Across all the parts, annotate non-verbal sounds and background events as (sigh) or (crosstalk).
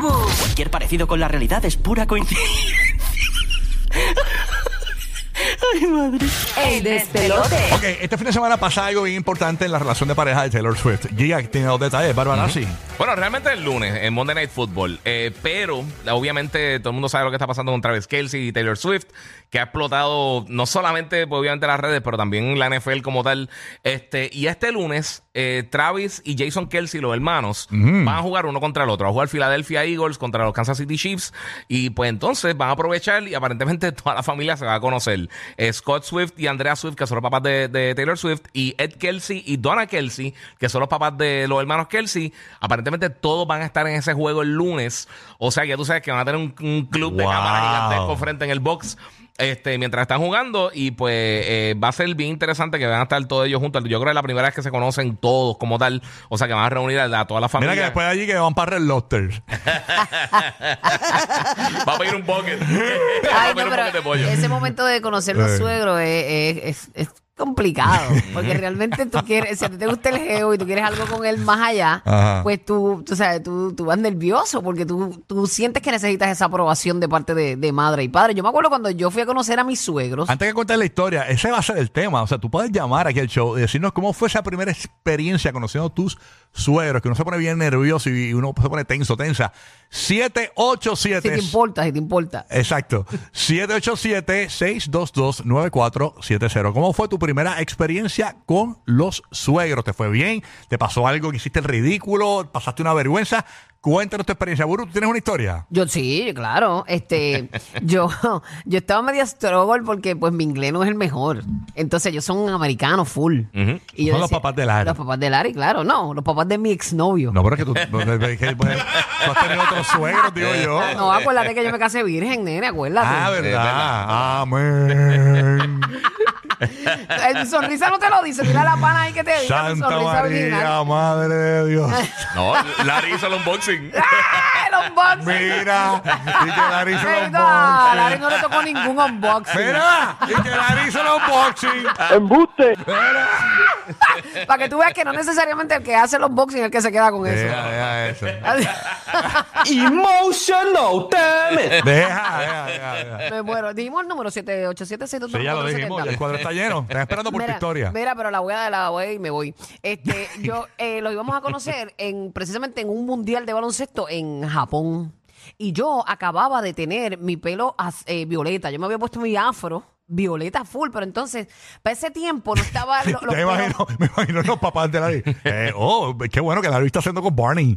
Cualquier parecido con la realidad es pura coincidencia. Ay, madre. El despelote. Ok, este fin de semana pasa algo bien importante en la relación de pareja de Taylor Swift. Giga tiene dos detalles, Bárbara Nancy. Bueno, realmente el lunes en Monday Night Football, eh, pero obviamente todo el mundo sabe lo que está pasando con Travis Kelsey y Taylor Swift, que ha explotado no solamente pues, obviamente las redes, pero también la NFL como tal. Este y este lunes eh, Travis y Jason Kelsey, los hermanos, van a jugar uno contra el otro, a jugar Philadelphia Eagles contra los Kansas City Chiefs y pues entonces van a aprovechar y aparentemente (laughs) toda la familia se va a conocer. Eh, Scott Swift y Andrea Swift, que son los papás de, de Taylor Swift, y Ed Kelsey y Donna Kelsey, que son los papás de los hermanos Kelsey, aparentemente todos van a estar en ese juego el lunes. O sea, ya tú sabes que van a tener un, un club de Wow. cámaras gigantesco frente en el box. Este, mientras están jugando y pues eh, va a ser bien interesante que van a estar todos ellos juntos. Yo creo que es la primera vez que se conocen todos como tal. O sea, que van a reunir a, a toda la familia. Mira que después de allí que van para el Lobster. Va a pedir un bucket. Va a (laughs) Ay, pedir un no, pero bucket de pollo. ese momento de conocer los Eh. suegros es, es- es- es complicado. Porque realmente tú quieres, si a ti te gusta el geo y tú quieres algo con él más allá, Ajá. pues tú, tú sabes, tú, tú vas nervioso porque tú, tú sientes que necesitas esa aprobación de parte de, de madre y padre. Yo me acuerdo cuando yo fui a conocer a mis suegros. Antes que contar la historia, ese va a ser el tema. O sea, tú puedes llamar aquí al show y decirnos cómo fue esa primera experiencia conociendo tus suegros, que uno se pone bien nervioso y uno se pone tenso, tensa. Si te 787. importa, si te importa. Exacto. 787-622-9470. ¿Cómo fue tu primera experiencia con los suegros? ¿Te fue bien? ¿Te pasó algo que hiciste el ridículo? ¿Pasaste una vergüenza? Cuéntanos tu experiencia. Buru, ¿tú tienes una historia? Yo sí, claro. (laughs) Este, yo, yo estaba media struggle porque pues mi inglés no es el mejor. Entonces ellos son americanos full. y yo Son los papás de Larry. Los papás de Larry, claro, no, los papás de mi exnovio. No, pero es que tú, que, pues, tú has tenido otros suegros, digo yo. Ah, (laughs) no, acuérdate que yo me casé virgen, nene, acuérdate. Ah, (laughs) verdad. Amén. Eh, mi sonrisa no te lo dice, mira la pana ahí que te dice. Santa María, Madre de (laughs) Dios. No, Larry hizo el unboxing. ¡Ah! (laughs) El unboxing. Mira, y que Larry hizo los Venga, Larry unboxing. no le tocó ningún unboxing. Mira, y que Larry hizo los unboxing. Para que tú veas que no necesariamente el que hace el unboxing es el que se queda con eso. Deja, deja eso. (laughs) Emotional, damn Deja, it. deja, deja. deja. Me muero. Dijimos el número 787 Sí, ya lo dijimos, ya el cuadro está lleno. Están esperando por tu historia. Mira, pero la voy a dar la voy y me voy. Este, yo eh, lo íbamos a conocer en precisamente en un mundial de baloncesto en Japón. Y yo acababa de tener mi pelo az- eh, violeta. Yo me había puesto mi afro violeta full, pero entonces para ese tiempo (laughs) no estaba lo- Ya me los pelos- imagino, me imagino los papás de Larry. Eh, oh, qué bueno que Larry está haciendo con Barney.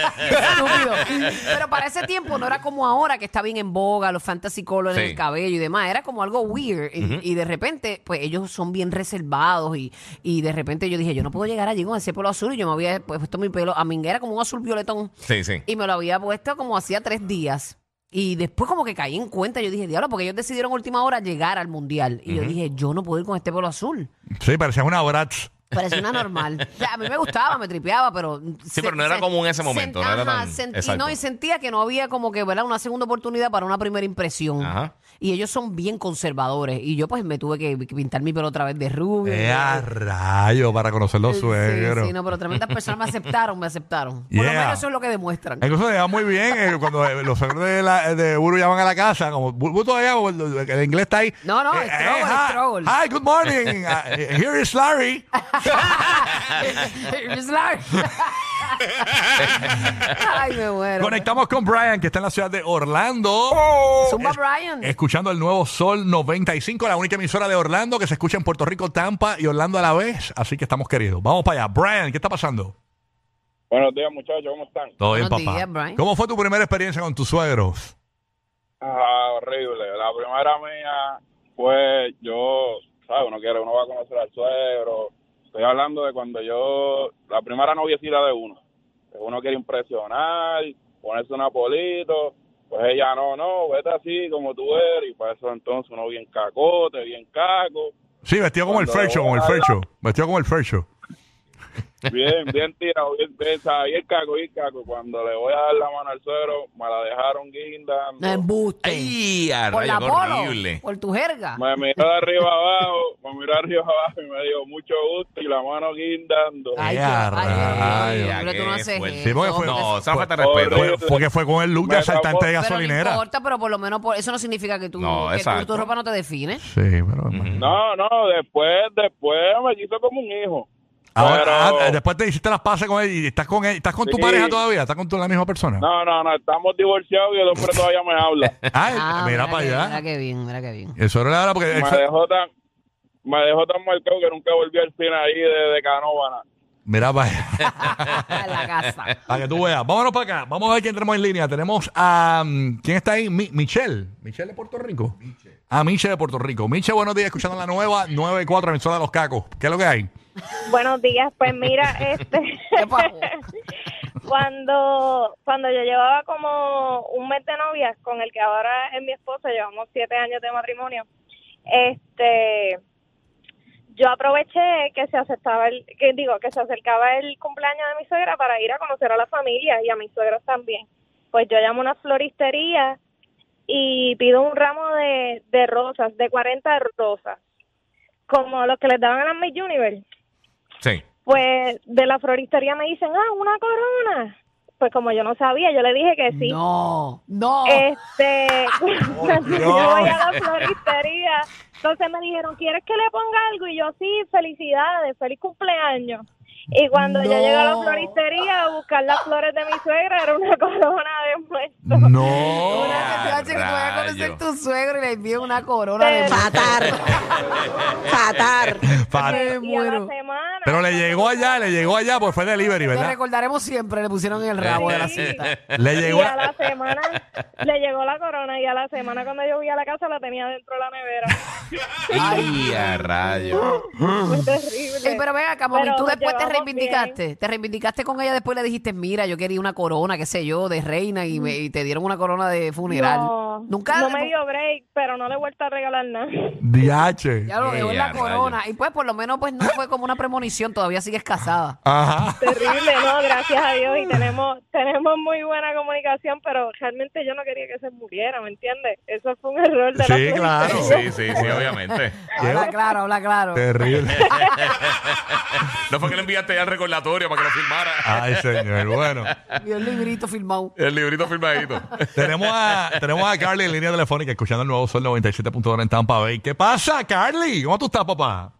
Estúpido. Pero para ese tiempo no era como ahora que está bien en boga, los fantasy colors en Sí. el cabello y demás. Era como algo weird. Y, y de repente, pues ellos son bien reservados. Y, y de repente yo dije, yo no puedo llegar allí con ese pelo azul. Y yo me había pues, puesto mi pelo, a mí era como un azul violetón. Sí, sí. Y me lo había puesto como hacía tres días. Y después como que caí en cuenta, yo dije, diablo, porque ellos decidieron a última hora llegar al mundial. Y yo dije, yo no puedo ir con este pelo azul. Sí, parecía una (laughs) Bratz. Parecía (laughs) una normal. O sea, a mí me gustaba, me tripeaba, pero. se- pero no era se- común en ese momento, no era tan- sentí- exacto. no, y sentía que no había como que, ¿verdad? Una segunda oportunidad para una primera impresión. Ajá. Y ellos son bien conservadores. Y yo, pues, me tuve que pintar mi pelo otra vez de rubio. Eh, a rayo para conocer los Sí, suegros. Sí, no, pero tremendas personas me aceptaron, me aceptaron. Por lo Yeah. menos eso es lo que demuestran. (laughs) Incluso le va muy bien eh, cuando eh, los suegros de, la, de Buru llaman a la casa, como Bu- Bu todavía, Bu- el inglés está ahí. Eh, No, no, struggle, hi, struggle. Hi, good (laughs) morning. Uh, here is Larry. It's (laughs) like- Ay, me muero. Conectamos con Brian, que está en la ciudad de Orlando. Zumba Es- Brian. Escuchando el nuevo Sol 95, la única emisora de Orlando que se escucha en Puerto Rico, Tampa y Orlando a la vez. Así que estamos queridos. Vamos para allá. Brian, ¿qué está pasando? Buenos días, muchachos, ¿cómo están? Todo bien, Buenos papá. días, Brian. ¿Cómo fue tu primera experiencia con tus suegros? Ah, horrible. La primera mía fue yo, ¿sabes? Uno quiere, uno va a conocer al suegro. Estoy hablando de cuando yo, la primera noviecita de uno. Que Uno quiere impresionar, ponerse un apolito. Pues ella, no, no, vete así como tú eres. Y para eso entonces uno bien cacote, bien caco. Sí, vestido como el Cuando Fercho, como el voy a Fercho. Vestido como el Fercho. Bien, bien tirado, bien, bien, o sea, bien caco, bien caco. Cuando le voy a dar la mano al suero, me la dejaron guindando. No embuste. ¡Ay, a por la rayos, qué polo, horrible! por tu jerga. Me miró de arriba abajo, me miró de arriba abajo y me dijo mucho gusto y la mano guindando. Ay, Eh, qué- a ay, rayos. pero tú no Qué haces fuerte. eso. Sí, porque fue- pues, No, esa falta de Por- respeto. Fue- Porque fue con el look de Me asaltante de acabó- Pero no gasolinera. importa, pero por lo menos por, eso no significa que, tú, No, que tu, exacto. tu ropa no te define. Sí, pero. No, no, después, después me quiso como un hijo. Ahora, Pero- ah, después te hiciste las pases con él y estás con él, estás con tu Sí. pareja todavía, estás con tu, la misma persona. No, no, no, estamos divorciados y el hombre todavía me habla. Ah, él- Ah, mira, que- para Mira allá. qué bien, mira (laughs) qué bien. El suegro le habla porque. él Me fue- dejó tan, me dejó tan marcado que nunca volví al cine ahí de, de Canóvana. mira para allá. la casa. (laughs) Para que tú veas. Vámonos para acá. Vamos a ver quién tenemos en línea. Tenemos a. mm, ¿Quién está ahí? Mi- Michelle. Michelle de Puerto Rico. A Michelle de Puerto Rico. Michelle, buenos días. Escuchando la nueva 94 emisora de los cacos. ¿Qué es lo que hay? Buenos días, pues mira, (laughs) este, ¿Qué pasó? cuando, cuando yo llevaba como un mes de novia con el que ahora es mi esposo, llevamos siete años de matrimonio, este, yo aproveché que se aceptaba el, que digo, que se acercaba el cumpleaños de mi suegra para ir a conocer a la familia y a mis suegros también. Pues yo llamo a una floristería y pido un ramo de, de rosas, de 40 rosas, como los que les daban a las Miss Universe. Sí. Pues de la floristería me dicen, ah, una corona. Pues como yo no sabía, yo le dije que sí. No, no. (laughs) Este, (laughs) Dios. yo voy a la floristería. Entonces me dijeron, ¿quieres que le ponga algo? Y yo, sí, felicidades, feliz cumpleaños. Y cuando yo No. llegué a la floristería a buscar las flores de mi suegra, era una (laughs) corona de muerto. No. Una que te hace que te vaya a conocer rayo. tu suegro y le envíe una corona de Pero- patar. (laughs) patar. Fatal. Me Y a la muero. semana, Pero le llegó allá, le llegó allá, pues fue delivery, Lo ¿verdad? recordaremos siempre, le pusieron en el rabo de la Sí. cinta. Le y llegó. a (laughs) la semana le llegó la corona y a la semana cuando yo fui a la casa la tenía dentro de (laughs) la nevera. ¡Ay, a rayo! Fue terrible. Ey, pero venga, acá, mami, Pero tú nos después te llevamos reivindicaste. Te reivindicaste con ella, después le dijiste, mira, yo quería una corona, qué sé yo, de reina y, me- y te dieron una corona de funeral. No, Nunca. no me dio break, pero no le he vuelto a regalar nada. (laughs) Diache. Ya lo dejó en Ey, la a corona. Y pues, por lo menos, pues no fue como una premonición, todavía sigues casada. Ajá. Terrible, no, gracias a Dios. Y tenemos tenemos muy buena comunicación, pero realmente yo no quería que se muriera, ¿me entiendes? Eso fue un error de Sí, la Ah, claro. Sí, sí, sí, obviamente. Habla claro, habla claro. Terrible. No fue que le enviaste ya el recordatorio para que lo firmara. Ay, señor. Bueno. Vio el librito filmado. (laughs) El librito firmadito. Tenemos a, tenemos a Carly en línea telefónica escuchando el nuevo Sol 97.1 en Tampa Bay. ¿Qué pasa, Carly? ¿Cómo tú estás, papá?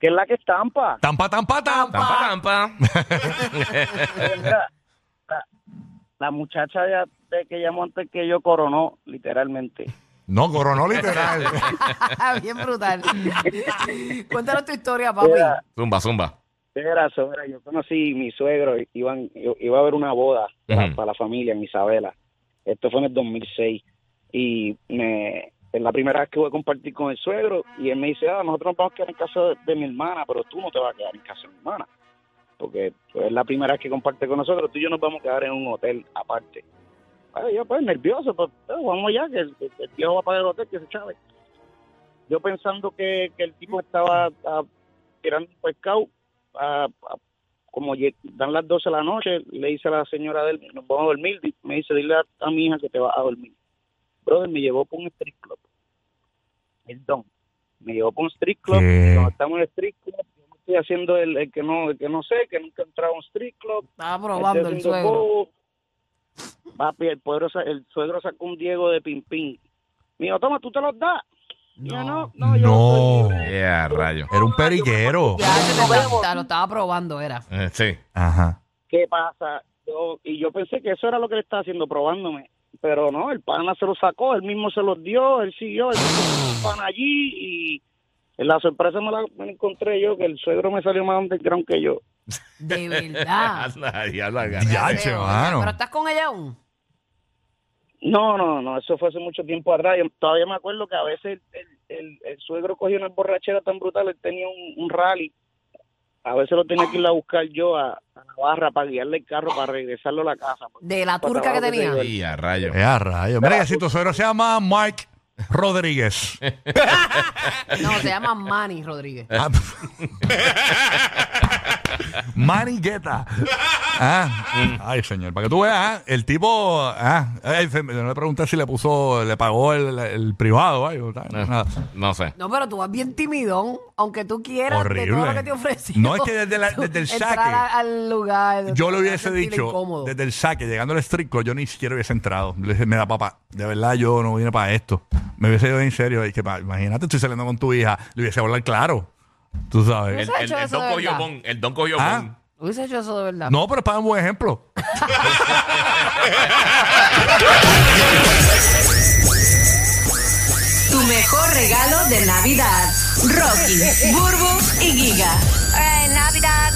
que es la que estampa. Tampa, tampa, tampa. Tampa, Ah. tampa. Mira, la, la muchacha ya de que llamó antes que yo coronó, literalmente. No, coronó literal. (laughs) Ah, Bien (laughs) brutal. Cuéntanos tu historia, papi. Mira, Zumba, zumba. era sobra, yo conocí mi suegro, iban, iba a haber una boda para, Ujú. para la familia en Isabela. Esto fue en el 2006. Y me, es la primera vez que voy a compartir con el suegro. Y él me dice, ah, nosotros nos vamos a quedar en casa de, de mi hermana, pero tú no te vas a quedar en casa de mi hermana. Porque pues, es la primera vez que comparte con nosotros. Tú y yo nos vamos a quedar en un hotel aparte. Ah, yo pues nervioso, pues eh, vamos ya, que el, que el viejo va a pagar el hotel, que se chave. Yo pensando que, que el tipo estaba ah, tirando un pescado, ah, ah, como ye- dan las 12 de la noche, le dice a la señora de él, nos vamos a dormir, Di- me dice, dile a, a mi hija que te vas a dormir. Brother, me llevó por un strip club. El don. Me llevó por un strip club, ¿Qué? cuando estamos en el strip club, yo me estoy haciendo el, el que no, el que no sé, que nunca he entrado a un strip club, Estaba me probando estoy el haciendo suegro. bobo. Papi, el, pueblo, sa- el suegro sacó un Diego de Pimpín. Me dijo, toma, tú te los das. Y yo, no, (laughs) no, yo No. estoy libre". Ah, Ya, Eh, rayo. Era un periquero. Ya, que te encanta, lo estaba probando, era. Eh, Sí. Ajá. ¿Qué pasa? Yo- y yo pensé que eso era lo que le estaba haciendo, probándome. Pero no, el pana se los sacó, él mismo se los dio, él siguió, él siguió con el pan allí y la sorpresa me la me la encontré yo, que el suegro me salió más underground que yo. (laughs) De verdad. Anda, ya la agarré. Ya, Feo, mano. Pero estás con ella aún. No, no, no, eso fue hace mucho tiempo atrás. Yo todavía me acuerdo que a veces el, el- el- el suegro cogía una borrachera tan brutal, él tenía un, un rally. A veces lo tenía que ir a buscar yo a, a Navarra para guiarle el carro, para regresarlo a la casa. De la turca que Para abajo tenía. que Ya, rayo. Ya, Eh, rayo. Mira que si tu suegro se llama Mark (laughs) Rodríguez. No, se llama Manny Rodríguez. Ah, (laughs) Maniqueta. Ah, ay, señor. Para que tú veas, ah, el tipo. Ah, ay, se- no le pregunté si le puso, le pagó el, el privado. ay, o tal, nada. No sé. No, pero tú vas bien timidón, aunque tú quieras de todo Horrible. lo que te ofrecí. No, es que desde la- desde el entrar saque, a- al lugar. Yo le te vas a hubiese sentir dicho, incómodo. desde el saque, llegando al strip club, yo ni siquiera hubiese entrado. Le dije, mira, papá, de verdad yo no vine para esto. Me hubiese ido en serio. Y que, pa, imagínate, estoy saliendo con tu hija. Le hubiese hablado claro. Tú sabes. El, has el, hecho el eso don de verdad? Coyobón. El don Coyobón. Ah, Hubiese hecho eso de verdad. no, pero es para un buen ejemplo. Tu mejor regalo de Navidad. Rocky, Burbu y Giga. Eh, Navidad,